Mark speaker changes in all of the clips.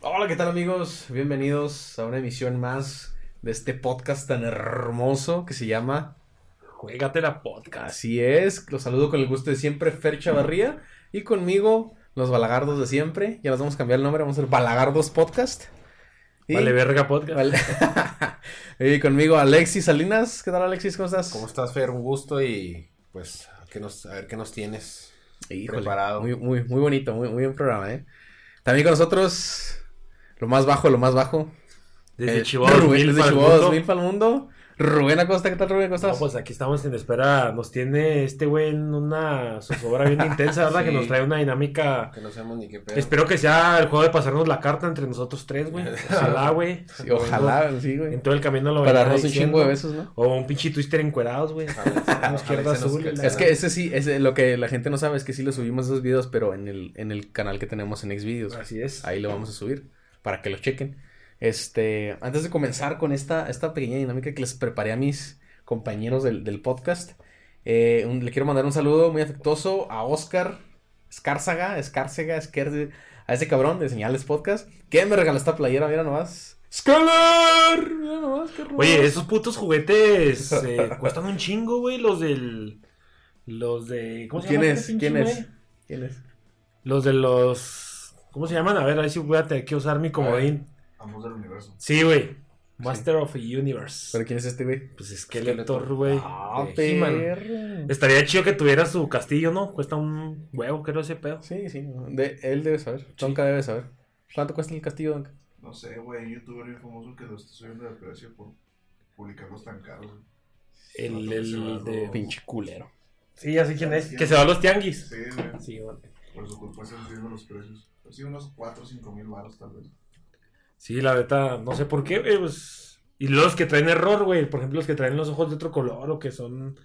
Speaker 1: Hola, ¿qué tal amigos? Bienvenidos a una emisión más de este podcast tan hermoso que se llama
Speaker 2: Juégate la podcast.
Speaker 1: Así es. Los saludo con el gusto de siempre, Fer Chavarría. Y conmigo, los balagardos de siempre. Ya nos vamos a cambiar el nombre, vamos a ser Balagardos Podcast. Y,
Speaker 2: Vale verga podcast.
Speaker 1: Vale. y conmigo, Alexis Salinas. ¿Qué tal, Alexis? ¿Cómo estás?
Speaker 3: ¿Cómo estás, Fer? Un gusto y pues a, qué nos, a ver qué nos tienes.
Speaker 1: Híjole,
Speaker 3: Preparado.
Speaker 1: Muy, muy, muy bonito, muy, muy buen programa, ¿eh? También con nosotros, lo más bajo, lo más bajo.
Speaker 2: Desde
Speaker 1: eh,
Speaker 2: Chihuahua
Speaker 1: Rubén,
Speaker 2: 2000
Speaker 1: desde
Speaker 2: para el
Speaker 1: Chihuahua
Speaker 2: mundo.
Speaker 1: 2000 para el mundo. Rubén Acosta, ¿qué tal, Rubén? ¿Cómo estás?
Speaker 2: No, pues aquí estamos en espera. Nos tiene este güey en una zozobra bien intensa, ¿verdad? Que
Speaker 3: Sí.
Speaker 2: nos trae una dinámica.
Speaker 3: Que no sabemos ni qué pedo.
Speaker 2: Espero que sea el juego de pasarnos la carta entre nosotros tres, güey. Ojalá, güey.
Speaker 1: Sí, ojalá, sí, güey.
Speaker 2: En todo el camino lo
Speaker 1: Para
Speaker 2: venga
Speaker 1: darnos un
Speaker 2: diciendo.
Speaker 1: chingo de Ah, besos, ¿no?
Speaker 2: O un pinche twister encuerados, güey.
Speaker 3: Ojalá y se- ojalá y
Speaker 2: izquierda
Speaker 3: se nos
Speaker 2: azul,
Speaker 3: calce,
Speaker 1: Es que
Speaker 3: ¿no?
Speaker 1: ese sí, ese, lo que la gente no sabe es que sí lo subimos esos videos, pero en el, en el canal que tenemos en Xvideos.
Speaker 2: Así es.
Speaker 1: Ahí lo vamos a subir para que lo chequen. Este, antes de comenzar con esta, esta pequeña dinámica que les preparé a mis compañeros del, del podcast, eh, un- le quiero mandar un saludo muy afectuoso a Oscar Escárzaga, Escárcega, Esquer- a ese cabrón de Señales Podcast, que me regaló esta playera, mira nomás. ¡Scalar! Mira nomás, qué hermoso.
Speaker 2: Oye, esos putos juguetes eh, cuestan un chingo, güey. Los del. Los de. ¿Cómo se
Speaker 1: ¿Quién
Speaker 2: llama?
Speaker 1: es?
Speaker 2: este pinche
Speaker 1: ¿Quién es?
Speaker 2: güey?
Speaker 1: ¿Quién es?
Speaker 2: Los de los. ¿Cómo se llaman? A ver, ahí sí voy a tener que usar mi comodín.
Speaker 3: Amos del universo.
Speaker 2: Sí, güey. Master of the Universe.
Speaker 1: ¿Pero quién es este güey?
Speaker 2: Pues Skeletor,
Speaker 3: Skeletor.
Speaker 2: güey.
Speaker 1: Ah,
Speaker 2: de He-Man.
Speaker 1: perro.
Speaker 2: Estaría chido que tuviera su castillo, ¿no? Cuesta un huevo, creo, ese pedo.
Speaker 1: Sí, sí, de, él debe saber. Tonka debe saber. ¿Cuánto cuesta el castillo, Tonka?
Speaker 4: No sé, güey, un youtuber bien famoso que lo está subiendo de precio por publicarlos tan caros.
Speaker 2: El, el de.
Speaker 1: Pinche culero.
Speaker 2: Sí, ya sé quién es. Que se va a los tianguis.
Speaker 4: Sí, güey,
Speaker 2: Sí, güey.
Speaker 4: por su culpa están subiendo los precios. Así unos 4 o 5 mil baros tal vez.
Speaker 2: Sí, la neta, no sé por qué, güey. Pues... Y los que traen error, güey. Por ejemplo, los que traen los ojos de otro color o que son.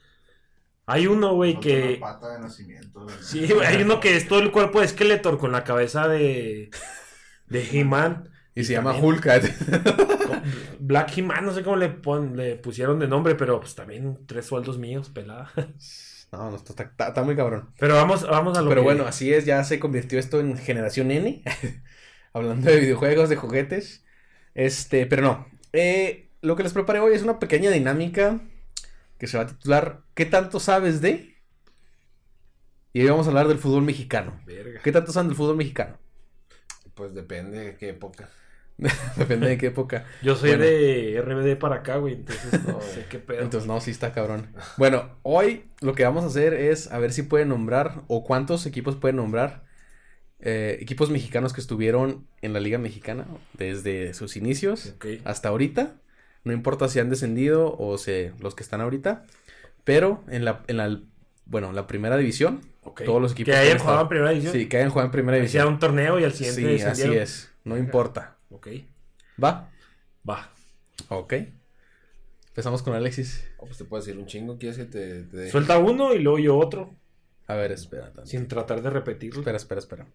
Speaker 2: Hay uno, güey,
Speaker 4: No tiene
Speaker 2: que.
Speaker 4: una pata de nacimiento. güey.
Speaker 2: Sí, güey, hay uno que es todo el cuerpo de Skeletor con la cabeza de. de He-Man.
Speaker 1: Y se llama
Speaker 2: también-
Speaker 1: Hulk.
Speaker 2: Black He-Man, no sé cómo le, pon- le pusieron de nombre, pero pues también tres sueldos míos, pelada.
Speaker 1: No, no, está, está- está muy cabrón.
Speaker 2: Pero vamos, vamos a lo
Speaker 1: Pero
Speaker 2: que-
Speaker 1: bueno, así es, ya se convirtió esto en generación N. Hablando de videojuegos, de juguetes. Este, pero no. Eh, lo que les preparé hoy es una pequeña dinámica que se va a titular ¿Qué tanto sabes de? Y hoy vamos a hablar del fútbol mexicano.
Speaker 3: Verga.
Speaker 1: ¿Qué tanto saben del fútbol mexicano?
Speaker 3: Pues depende de qué época.
Speaker 1: Depende de qué época.
Speaker 2: Yo soy
Speaker 1: bueno.
Speaker 2: de RBD para acá, güey, entonces no sé qué pedo.
Speaker 1: Entonces, no, sí está cabrón. Bueno, hoy lo que vamos a hacer es a ver si pueden nombrar o cuántos equipos pueden nombrar eh, equipos mexicanos que estuvieron en la Liga Mexicana desde sus inicios
Speaker 2: Ok.
Speaker 1: hasta ahorita. No importa si han descendido o se, los que están ahorita. Pero en la, en la, bueno, en la primera división,
Speaker 2: ok.
Speaker 1: todos los equipos
Speaker 2: Que
Speaker 1: que
Speaker 2: hayan
Speaker 1: han
Speaker 2: jugado
Speaker 1: estado.
Speaker 2: en primera división.
Speaker 1: sí, que hayan jugado en primera
Speaker 2: Hicieron
Speaker 1: división.
Speaker 2: un torneo y al siguiente
Speaker 1: Sí, así
Speaker 2: descendieron.
Speaker 1: es. No importa.
Speaker 2: Ok,
Speaker 1: ¿Va?
Speaker 2: va.
Speaker 1: Ok. Empezamos con Alexis.
Speaker 3: Oh, pues te puedo decir un chingo. ¿Quieres que te, te deje?
Speaker 2: Suelta uno y luego yo otro,
Speaker 1: A ver, espera. tantito.
Speaker 2: sin tratar de repetirlo.
Speaker 1: Espera, espera, espera.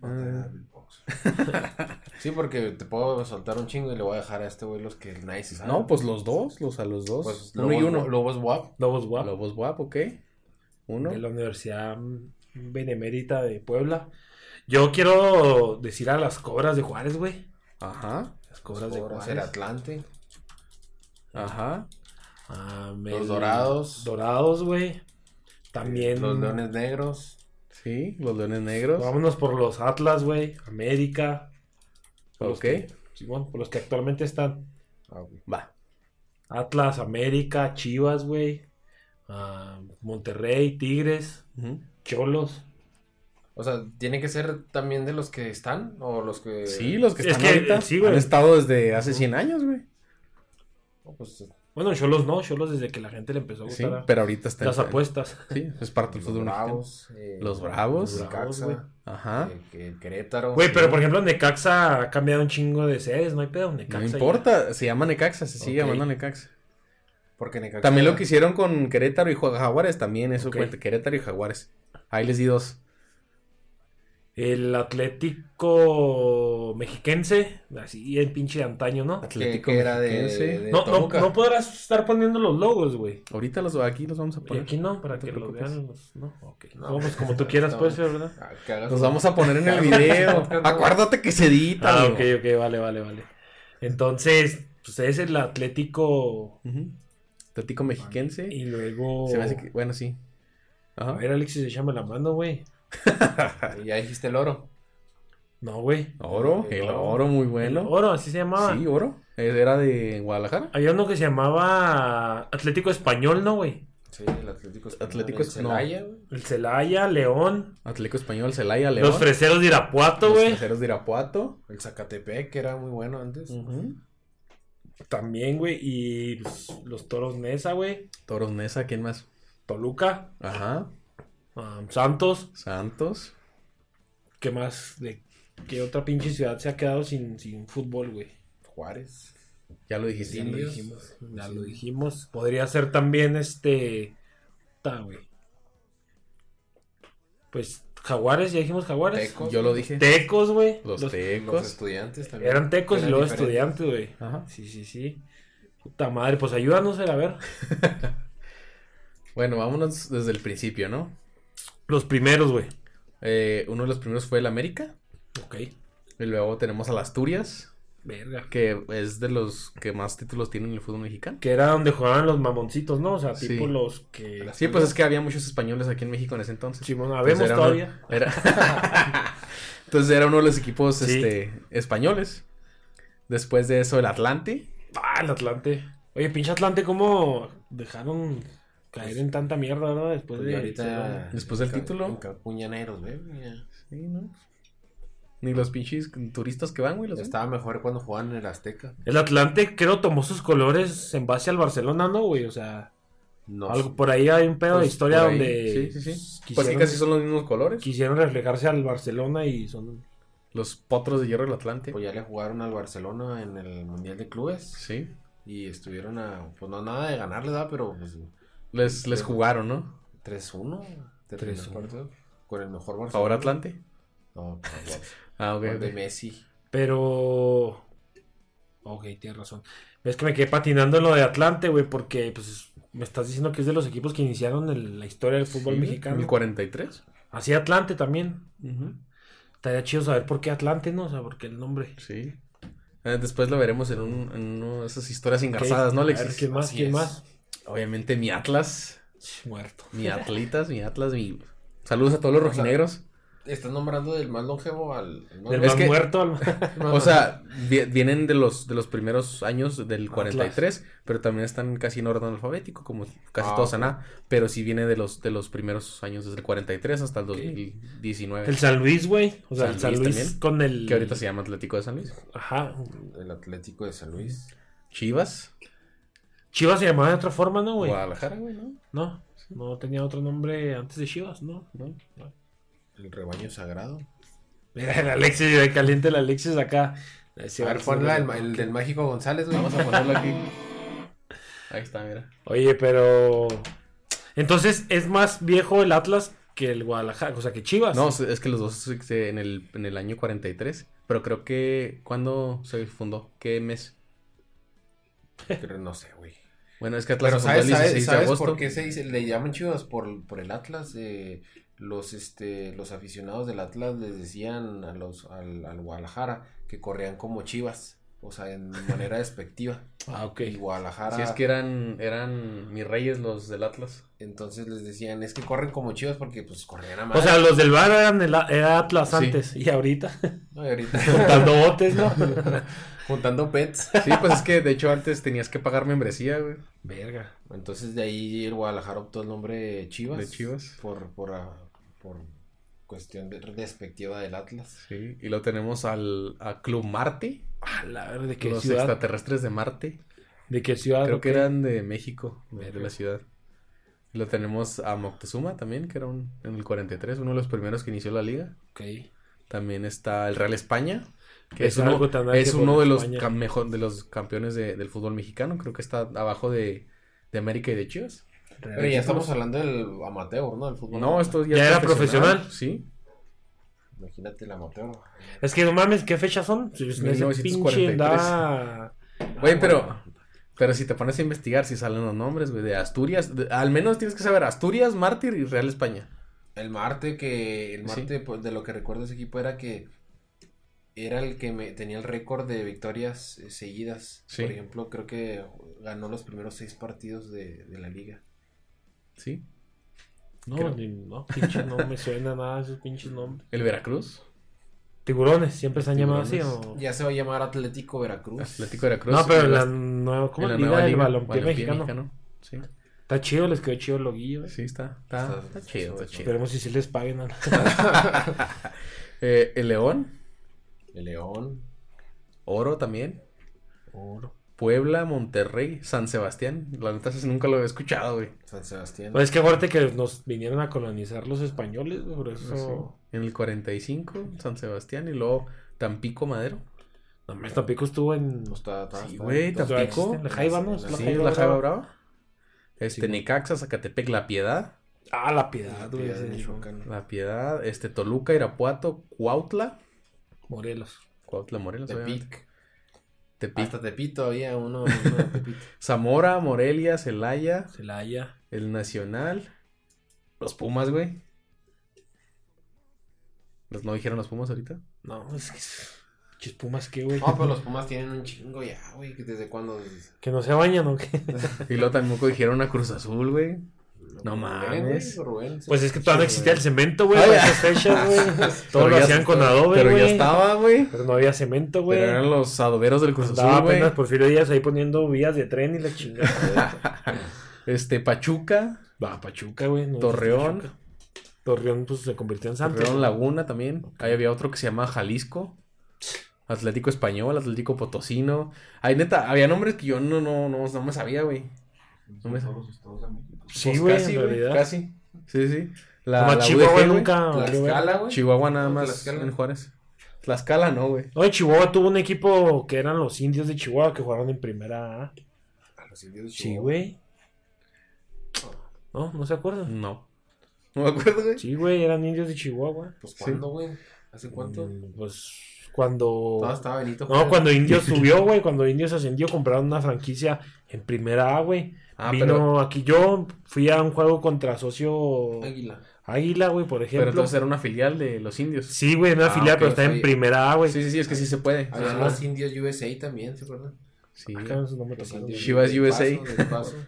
Speaker 4: No te da beatbox.
Speaker 3: Sí, porque te puedo soltar un chingo y le voy a dejar a este güey los que nadie se sabe.
Speaker 1: No, pues los dos, los a los dos.
Speaker 3: Pues
Speaker 1: uno y
Speaker 3: Lobos-
Speaker 1: uno.
Speaker 3: Lobos Wap.
Speaker 2: Lobos Guap,
Speaker 1: Lobos Guap, ok. Uno.
Speaker 2: de la Universidad Benemérita de Puebla. Yo quiero decir a las cobras de Juárez, güey.
Speaker 1: Ajá.
Speaker 2: Las cobras, de Juárez.
Speaker 3: El Atlante.
Speaker 1: Ajá.
Speaker 2: Ah,
Speaker 3: Los Dorados.
Speaker 2: Dorados, güey. También.
Speaker 3: Los Leones Negros.
Speaker 1: Sí, los Leones Negros.
Speaker 2: Vámonos por los Atlas, güey. América. Por los
Speaker 1: Ok.
Speaker 2: que- sí, bueno, por los que actualmente están.
Speaker 3: Ah, güey.
Speaker 1: Va.
Speaker 2: Atlas, América, Chivas, güey. Ah, Monterrey, Tigres,
Speaker 1: Ujú.
Speaker 2: Cholos.
Speaker 3: O sea, ¿tiene que ser también de los que están? ¿O los que...?
Speaker 1: Sí, los que
Speaker 2: Es
Speaker 1: están
Speaker 2: que,
Speaker 1: ahorita
Speaker 2: eh, sí, güey.
Speaker 1: han estado desde hace 100 años, güey.
Speaker 3: No, pues,
Speaker 2: Bueno, Cholos no, Cholos desde que la gente le empezó a
Speaker 1: Sí,
Speaker 2: gustar a-
Speaker 1: pero ahorita están.
Speaker 2: las apuestas.
Speaker 1: Sí, es parte del
Speaker 3: los
Speaker 1: fútbol mexicano.
Speaker 3: Bravos. eh,
Speaker 1: Los Bravos.
Speaker 2: Los Bravos,
Speaker 3: Necaxa,
Speaker 2: güey.
Speaker 1: Ajá.
Speaker 3: eh, que el Querétaro.
Speaker 2: Güey, pero por ejemplo, Necaxa ha cambiado un chingo de sedes, no hay pedo. Necaxa
Speaker 1: No
Speaker 2: ya.
Speaker 1: importa, se llama Necaxa, se sigue
Speaker 3: Ok.
Speaker 1: llamando Necaxa.
Speaker 3: Porque Necaxa-
Speaker 1: También lo que hicieron con Querétaro y Ju- Jaguares, también eso
Speaker 2: Ok.
Speaker 1: cuenta. Querétaro y Jaguares. Ahí les di dos.
Speaker 2: El Atlético Mexiquense, así el pinche de antaño, ¿no?
Speaker 1: Atlético
Speaker 3: que era de-
Speaker 1: Mexiquense.
Speaker 3: de-
Speaker 2: No, no,
Speaker 3: Toluca.
Speaker 2: no podrás estar poniendo los logos, güey.
Speaker 1: Ahorita los, aquí los vamos a
Speaker 2: Y
Speaker 1: poner.
Speaker 2: aquí no, para
Speaker 1: No te
Speaker 2: que lo
Speaker 1: preocupes.
Speaker 2: vean los- No, ok.
Speaker 3: No,
Speaker 2: No, pues como
Speaker 3: pues,
Speaker 2: tú quieras,
Speaker 3: no.
Speaker 2: puede ser, ¿verdad?
Speaker 3: Ah, que hagas
Speaker 1: Los
Speaker 3: un-
Speaker 1: vamos a poner en el video.
Speaker 3: No.
Speaker 1: Acuérdate que se edita.
Speaker 2: Ah,
Speaker 1: amigo.
Speaker 2: ok, ok, vale, vale, vale. Entonces, pues es el Atlético
Speaker 1: Ujú. Atlético Mexiquense.
Speaker 2: y luego...
Speaker 1: Se me hace que- Bueno, sí.
Speaker 2: Oh. A
Speaker 1: Ajá.
Speaker 2: ver, Alexis, échame la mano, güey.
Speaker 3: Y Ya dijiste el oro.
Speaker 2: No, güey.
Speaker 1: Oro, el oro muy bueno.
Speaker 2: El Oro, así se llamaba.
Speaker 1: Sí, oro. Eh, Era de Guadalajara.
Speaker 2: Había uno que se llamaba Atlético Español, ¿no, güey?
Speaker 3: Sí, el Atlético Español.
Speaker 1: Atlético
Speaker 3: el
Speaker 1: es- no.
Speaker 3: Celaya, güey.
Speaker 2: El Celaya, León,
Speaker 1: Atlético Español, Celaya, León.
Speaker 2: los Freseros de Irapuato,
Speaker 1: Los
Speaker 2: güey.
Speaker 1: Freseros de Irapuato.
Speaker 3: El Zacatepec, que era muy bueno antes.
Speaker 1: Ujú.
Speaker 2: También, güey. Y pues, los Toros Nesa, güey.
Speaker 1: Toros Nesa, ¿quién más?
Speaker 2: Toluca,
Speaker 1: Ajá.
Speaker 2: ah, Santos.
Speaker 1: Santos.
Speaker 2: ¿Qué más? ¿De qué otra pinche ciudad se ha quedado sin, sin fútbol, güey?
Speaker 3: Juárez.
Speaker 1: Ya lo dijiste.
Speaker 2: Ya lo
Speaker 3: Indios.
Speaker 2: dijimos. Ya lo dijimos. Podría ser también este. Ta, güey. Pues Jaguares, ya dijimos Jaguares.
Speaker 3: Tecos.
Speaker 1: Yo lo dije.
Speaker 2: Tecos, güey.
Speaker 1: Los,
Speaker 2: Los-
Speaker 3: Los
Speaker 1: tecos.
Speaker 3: estudiantes también.
Speaker 2: Eran tecos y
Speaker 3: Eran
Speaker 2: luego
Speaker 3: diferentes.
Speaker 2: estudiantes, güey. Ah,
Speaker 1: Ajá.
Speaker 2: Sí, sí, sí. Puta madre, pues ayúdanos a ver.
Speaker 1: Bueno, vámonos desde el principio, ¿no?
Speaker 2: Los primeros, güey.
Speaker 1: Eh, uno de los primeros fue el América.
Speaker 2: Ok.
Speaker 1: Y luego tenemos al Asturias,
Speaker 2: Verga.
Speaker 1: que es de los que más títulos tienen en el fútbol mexicano.
Speaker 2: Que era donde jugaban los mamoncitos, ¿no? O sea,
Speaker 1: Sí.
Speaker 2: tipo los que.
Speaker 1: Sí, pues es que había muchos españoles aquí en México en ese entonces.
Speaker 2: Simón,
Speaker 1: Entonces
Speaker 2: habemos
Speaker 1: era uno-
Speaker 2: todavía.
Speaker 1: era- Entonces era uno de los equipos
Speaker 2: Sí.
Speaker 1: este, españoles. Después de eso, el Atlante.
Speaker 2: Ah, el Atlante. Oye, pinche Atlante, ¿cómo dejaron caer en tanta mierda, no? Después
Speaker 3: Pues
Speaker 2: de.
Speaker 3: ya ahorita.
Speaker 1: Después del
Speaker 3: Ca-
Speaker 1: título.
Speaker 3: Ca- Puñaneros, güey. ya.
Speaker 1: Sí, ¿no? Ni los pinches turistas que van, güey. Los ven.
Speaker 3: Estaba mejor cuando jugaban en el Azteca.
Speaker 2: El Atlante, creo, tomó sus colores en base al Barcelona, ¿no, güey? O sea,
Speaker 3: No.
Speaker 2: algo por ahí hay un pedo de
Speaker 1: Pues,
Speaker 2: historia
Speaker 1: por ahí.
Speaker 2: donde.
Speaker 1: Sí, sí, sí. Pues sí,
Speaker 2: Quisieron,
Speaker 1: casi son los mismos colores.
Speaker 2: quisieron reflejarse al Barcelona y son.
Speaker 1: Los potros de hierro del Atlante.
Speaker 3: Pues ya le jugaron al Barcelona en el Mundial de Clubes.
Speaker 1: Sí.
Speaker 3: Y estuvieron a. Pues no, nada de ganarle, da, pero pues,
Speaker 1: Les, les
Speaker 2: pues,
Speaker 3: Sí.
Speaker 1: jugaron, ¿no?
Speaker 3: 3-1.
Speaker 2: 3-1.
Speaker 3: 3-1. Con el mejor
Speaker 2: pues,
Speaker 3: Barcelona.
Speaker 1: Favor Atlante.
Speaker 3: No, por favor.
Speaker 1: Ah, ok.
Speaker 3: Gol de
Speaker 1: ok.
Speaker 3: Messi.
Speaker 2: Pero. Ok, tienes razón. Es que me quedé patinando en lo de Atlante, güey, porque pues me estás diciendo que es de los equipos que iniciaron el- la historia del fútbol
Speaker 1: Sí,
Speaker 2: mexicano.
Speaker 1: El 43.
Speaker 2: Así Atlante también. Estaría chido saber por qué Atlante, ¿no? O sea, porque el nombre.
Speaker 1: Sí. Eh, después lo veremos en, un- en una de esas historias engarzadas,
Speaker 2: Ok,
Speaker 1: ¿no,
Speaker 2: a ver,
Speaker 1: Alexis?
Speaker 2: ¿Quién más?
Speaker 3: Así
Speaker 2: ¿Quién
Speaker 3: es.
Speaker 2: más?
Speaker 1: Obviamente mi Atlas.
Speaker 2: Ch, Muerto.
Speaker 1: Mi Atlitas, mi Atlas, mi. Saludos a todos los rojinegros.
Speaker 3: Estás nombrando del más longevo al. al más
Speaker 2: Del
Speaker 1: Es
Speaker 2: más
Speaker 1: que-
Speaker 2: muerto al más-
Speaker 1: O sea, vi- vienen de los, de los primeros años del 43, pero también están casi en orden alfabético, como casi
Speaker 3: Ah,
Speaker 1: todos en A, pero sí viene de los, de los primeros años, desde el 43 hasta el 2019,
Speaker 2: El San Luis, güey. O sea, el
Speaker 1: San
Speaker 2: San
Speaker 1: Luis
Speaker 2: Luis
Speaker 1: también.
Speaker 2: con el.
Speaker 1: que ahorita se llama Atlético de San Luis.
Speaker 2: Ajá.
Speaker 3: El Atlético de San Luis.
Speaker 1: Chivas,
Speaker 2: Chivas se llamaba de otra forma, ¿no, güey?
Speaker 1: Guadalajara, güey, ¿no?
Speaker 2: No. No tenía otro nombre antes de Chivas, ¿no?
Speaker 1: ¿No?
Speaker 3: El rebaño sagrado.
Speaker 2: Mira, el Alexis, el caliente el Alexis acá. Ese
Speaker 3: a ver,
Speaker 2: Alexis,
Speaker 3: ponla el,
Speaker 2: güey.
Speaker 3: el Ah, del Mágico González, güey.
Speaker 1: Vamos a ponerlo aquí. Ahí está, mira.
Speaker 2: Oye, pero. Entonces es más viejo el Atlas que el Guadalajara. O sea, que
Speaker 3: Ah,
Speaker 2: Chivas.
Speaker 1: No, se- es que los dos se- se- en, el, en el año 43, pero creo que ¿cuándo se fundó? ¿Qué mes?
Speaker 3: Pero no sé, güey.
Speaker 1: Bueno, es que Atlas
Speaker 3: Pero
Speaker 1: se fundó
Speaker 3: ¿sabes,
Speaker 1: el
Speaker 3: sabes,
Speaker 1: 16 de
Speaker 3: ¿sabes
Speaker 1: agosto.
Speaker 3: por qué se dice- le llaman chivas? Por, por el Atlas. eh, los, este, los aficionados del Atlas les decían a los, al, al Guadalajara que corrían como chivas. O sea, en manera despectiva.
Speaker 2: Ah, ok.
Speaker 3: Y Guadalajara.
Speaker 1: Si es que eran, eran mis reyes los del Atlas.
Speaker 3: Entonces les decían, es que corren como chivas porque pues corrían a
Speaker 2: O
Speaker 3: madre.
Speaker 2: sea, los del bar eran el, A- era Atlas
Speaker 1: Sí.
Speaker 2: antes. Y ahorita.
Speaker 3: ¿no? Y ahorita
Speaker 2: Juntando botes, ¿no?
Speaker 3: juntando pets.
Speaker 1: Sí, pues es que de hecho antes tenías que pagar membresía, güey.
Speaker 2: Verga.
Speaker 3: Entonces de ahí el Guadalajara optó el nombre Chivas.
Speaker 1: De Chivas.
Speaker 3: Por, por, ah, por cuestión de- despectiva del Atlas.
Speaker 1: Sí. Y lo tenemos al a Club Marte,
Speaker 2: A la verga, ¿de qué
Speaker 1: los
Speaker 2: ciudad?
Speaker 1: extraterrestres de Marte.
Speaker 2: ¿De qué
Speaker 3: Ah,
Speaker 2: ciudad?
Speaker 1: Creo
Speaker 2: ¿O
Speaker 1: que
Speaker 2: qué?
Speaker 1: eran de México, de, de
Speaker 2: Verga.
Speaker 1: la ciudad. Y lo tenemos a Moctezuma también, que era un, en el 43, uno de los primeros que inició la liga.
Speaker 2: Ok.
Speaker 1: También está el Real España, que
Speaker 2: Es
Speaker 1: es, uno,
Speaker 2: algo tan grande
Speaker 1: es
Speaker 2: como
Speaker 1: uno de los,
Speaker 2: España.
Speaker 1: cam- mejor- de los campeones de- del fútbol mexicano. Creo que está abajo de, de América y de Chivas.
Speaker 3: Pero ya estamos hablando del amateur, ¿no? Del fútbol.
Speaker 1: No, esto ya,
Speaker 2: ¿Ya
Speaker 1: es
Speaker 2: era profesional?
Speaker 1: Sí.
Speaker 3: Imagínate el amateur.
Speaker 2: Es que no mames, ¿qué fechas son? Si es- ese
Speaker 1: 1943.
Speaker 2: pinche andaba- Ah,
Speaker 1: Güey, pero, pero si te pones a investigar, si salen los nombres, güey, de Asturias, de- al menos tienes que saber Asturias, Mártir y Real España.
Speaker 3: El Marte, que el
Speaker 1: Sí.
Speaker 3: Marte, pues, de lo que recuerdo ese equipo era que era el que me, tenía el récord de victorias eh, seguidas.
Speaker 1: Sí.
Speaker 3: Por ejemplo, creo que ganó los primeros seis partidos de, de la liga.
Speaker 1: ¿Sí?
Speaker 2: No,
Speaker 1: Creo.
Speaker 2: ni- no, pinche no me suena nada esos pinches nombres.
Speaker 1: El Veracruz,
Speaker 2: Tiburones, siempre se han llamado así
Speaker 1: Tiburones.
Speaker 2: o.
Speaker 3: Ya se va a llamar Atlético Veracruz.
Speaker 1: Atlético Veracruz.
Speaker 2: No, pero
Speaker 1: en
Speaker 2: en la
Speaker 1: en
Speaker 2: nueva, ¿cómo
Speaker 1: la
Speaker 2: liga
Speaker 1: nueva
Speaker 2: del
Speaker 1: liga,
Speaker 2: balompié
Speaker 1: balompié
Speaker 2: mexicano?
Speaker 1: Sí,
Speaker 2: Está chido, les quedó chido el loguillo. eh.
Speaker 1: sí, está, está,
Speaker 3: Está-
Speaker 1: está
Speaker 3: está
Speaker 1: chido, está
Speaker 3: suave.
Speaker 1: chido.
Speaker 2: Esperemos si sí les paguen. a-
Speaker 1: Eh, el León,
Speaker 3: El León.
Speaker 1: Oro también,
Speaker 2: Oro.
Speaker 1: Puebla, Monterrey, San Sebastián. La neta, ese nunca lo he escuchado, güey.
Speaker 3: San Sebastián.
Speaker 2: Pues es que acuérdate que nos vinieron a colonizar los españoles, güey, por eso.
Speaker 1: Ah, Sí. En el 45, San Sebastián y luego Tampico, Madero.
Speaker 2: No mames, Tampico estuvo en.
Speaker 3: No está- está-
Speaker 1: Sí,
Speaker 3: está-
Speaker 1: güey,
Speaker 3: está-
Speaker 1: Tampico.
Speaker 2: existe en la Jaiba, ¿no? Es la
Speaker 1: Sí,
Speaker 2: Jaiba
Speaker 1: la Jaiba
Speaker 2: Brava.
Speaker 1: Brava. Este,
Speaker 3: Sí.
Speaker 1: Necaxa, Zacatepec, La Piedad.
Speaker 2: Ah, la
Speaker 3: está-
Speaker 2: piedad, güey.
Speaker 3: está-
Speaker 2: sí,
Speaker 3: Michoacán.
Speaker 1: La Piedad, este, Toluca, Irapuato, Cuautla.
Speaker 2: Morelos.
Speaker 1: Cuautla, Morelos, obviamente.
Speaker 3: Tepic.
Speaker 1: Tepic.
Speaker 3: Hasta Tepito había uno, uno de Tepito.
Speaker 1: Zamora, Morelia, Celaya,
Speaker 2: Celaya.
Speaker 1: El Nacional. Los Pumas, güey. ¿Los no dijeron los Pumas ahorita?
Speaker 2: No, es que. Pinches pumas, ¿qué, güey?
Speaker 3: No, pero los Pumas tienen un chingo ya, güey. que ¿Desde cuándo?
Speaker 2: Que no se bañan, ¿o qué?
Speaker 1: Y luego tampoco dijeron a Cruz Azul, güey. No
Speaker 3: Rubén,
Speaker 1: mames.
Speaker 3: güey, Rubén, sí.
Speaker 2: Pues es que todavía no
Speaker 3: Sí,
Speaker 2: existía el
Speaker 3: güey.
Speaker 2: cemento, güey.
Speaker 1: Ay,
Speaker 2: para esas fechas, güey. Todo
Speaker 1: Pero
Speaker 2: lo
Speaker 1: ya-
Speaker 2: hacían con adobe,
Speaker 1: Pero ya
Speaker 2: güey.
Speaker 1: estaba, güey.
Speaker 2: Pero no había cemento, güey.
Speaker 1: Pero eran los adoberos del Cruz
Speaker 2: Andaba
Speaker 1: Azul, güey.
Speaker 2: apenas Porfirio Díaz ahí poniendo vías de tren y la chingada. güey.
Speaker 1: Este, Pachuca,
Speaker 2: Va, Pachuca, güey. no,
Speaker 1: Torreón.
Speaker 2: Pachuca. Torreón, pues se convirtió en Santos.
Speaker 1: Torreón Laguna también. Ahí había otro que se llama Jalisco. Atlético Español, Atlético Potosino. Ay, neta, había nombres que yo no, no, no, no me sabía, güey.
Speaker 4: En
Speaker 1: No me-
Speaker 4: todos los estados de México.
Speaker 2: Sí,
Speaker 1: Pues
Speaker 2: güey,
Speaker 1: casi,
Speaker 2: en realidad.
Speaker 1: Casi. Sí, sí. La,
Speaker 2: Como
Speaker 1: la
Speaker 2: Chihuahua
Speaker 1: UDG, güey.
Speaker 2: nunca. valió verga.
Speaker 3: Tlaxcala, güey.
Speaker 1: Chihuahua nada
Speaker 3: No,
Speaker 1: más
Speaker 3: Tlaxcala.
Speaker 1: en Juárez. Tlaxcala no, güey.
Speaker 2: No, y Chihuahua tuvo un equipo que eran los indios de Chihuahua que jugaron en primera A.
Speaker 3: A los indios de
Speaker 2: Sí,
Speaker 3: Chihuahua.
Speaker 2: güey. No, no se acuerdan.
Speaker 1: No. No me acuerdo, güey.
Speaker 2: Sí, güey, eran indios de Chihuahua.
Speaker 3: Pues
Speaker 1: Sí.
Speaker 3: cuándo, güey. ¿Hace cuánto?
Speaker 2: Mm, Pues cuando.
Speaker 3: Todavía estaba Benito.
Speaker 2: No, cuando Indios subió, güey, cuando Indios ascendió, compraron una franquicia en primera A, güey.
Speaker 1: Ah,
Speaker 2: Vino
Speaker 1: pero,
Speaker 2: aquí yo, fui a un juego contra socio
Speaker 3: Águila.
Speaker 2: Águila, güey, por
Speaker 1: pero
Speaker 2: ejemplo.
Speaker 1: entonces era una filial de los indios.
Speaker 2: Sí, güey, una
Speaker 1: Ah,
Speaker 2: filial,
Speaker 1: ok,
Speaker 2: pero está
Speaker 3: oye.
Speaker 2: en primera A, güey.
Speaker 1: Sí, sí, sí, es que sí se puede.
Speaker 3: Había
Speaker 2: Ajá.
Speaker 3: los indios USA también, ¿se acuerdan?
Speaker 1: Sí.
Speaker 2: Acá no se- no me
Speaker 3: Los
Speaker 2: tocaron,
Speaker 3: indios
Speaker 2: güey.
Speaker 1: Chivas
Speaker 3: del
Speaker 1: USA.
Speaker 3: Paso, del Paso.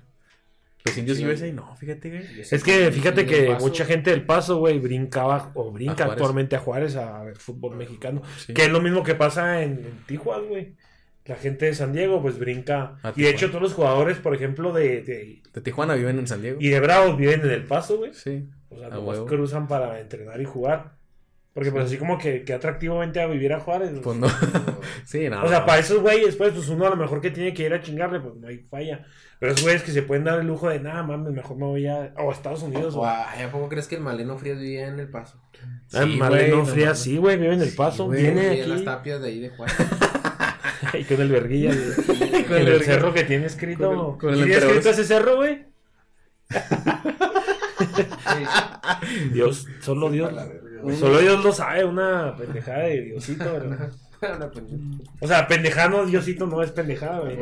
Speaker 1: Los indios
Speaker 3: Sí.
Speaker 1: USA, no, fíjate, güey.
Speaker 3: Yo sé
Speaker 2: Es que
Speaker 3: los
Speaker 2: fíjate
Speaker 3: indios del
Speaker 2: que
Speaker 3: Paso-
Speaker 2: mucha gente del paso, güey, brincaba o brinca
Speaker 1: Juárez. Ah.
Speaker 2: actualmente a Juárez a ver fútbol mexicano.
Speaker 1: Sí.
Speaker 2: Que es lo mismo que pasa en, en Tijuana, güey. La gente de San Diego, pues brinca.
Speaker 1: A
Speaker 2: y de
Speaker 1: Tijuana.
Speaker 2: hecho, todos los jugadores, por ejemplo, de, de-
Speaker 1: De Tijuana viven en San Diego.
Speaker 2: y de Bravos viven en el paso, güey.
Speaker 1: Sí.
Speaker 2: O sea,
Speaker 1: A
Speaker 2: nomás
Speaker 1: huevo.
Speaker 2: cruzan para entrenar y jugar. Porque, pues, así como que, que atractivo vente a vivir a Juárez. güey.
Speaker 1: Pues no. sí, no.
Speaker 2: O sea,
Speaker 1: no.
Speaker 2: para esos güeyes, pues, pues uno a lo mejor que tiene que ir a chingarle, pues no hay falla. Pero esos güeyes que se pueden dar el lujo de, nada, mames, mejor me voy a, o a Estados Unidos.
Speaker 3: O,
Speaker 2: o a
Speaker 3: ay, ¿A poco crees que el Maleno Frías vivía en El Paso?
Speaker 1: Sí,
Speaker 2: Ah, Marlene
Speaker 1: güey, no
Speaker 2: Frías,
Speaker 1: mames.
Speaker 2: sí, güey, vive en El Paso.
Speaker 1: güey.
Speaker 2: viene
Speaker 3: Vivía en las
Speaker 2: aquí.
Speaker 3: tapias de ahí de Juárez.
Speaker 2: Y con el verguilla. güey.
Speaker 1: Con el
Speaker 2: el,
Speaker 1: verguilla.
Speaker 2: cerro que tiene escrito.
Speaker 1: Con el- con el
Speaker 2: ¿Tiene
Speaker 1: emperador.
Speaker 2: escrito ese cerro, güey?
Speaker 3: Sí.
Speaker 2: Dios, solo Dios.
Speaker 4: A la verga, güey.
Speaker 1: Un-
Speaker 2: Solo Dios lo sabe, una pendejada de Diosito, ¿verdad?
Speaker 3: Una pendeja.
Speaker 2: O sea, pendejano Diosito no es pendejada, güey.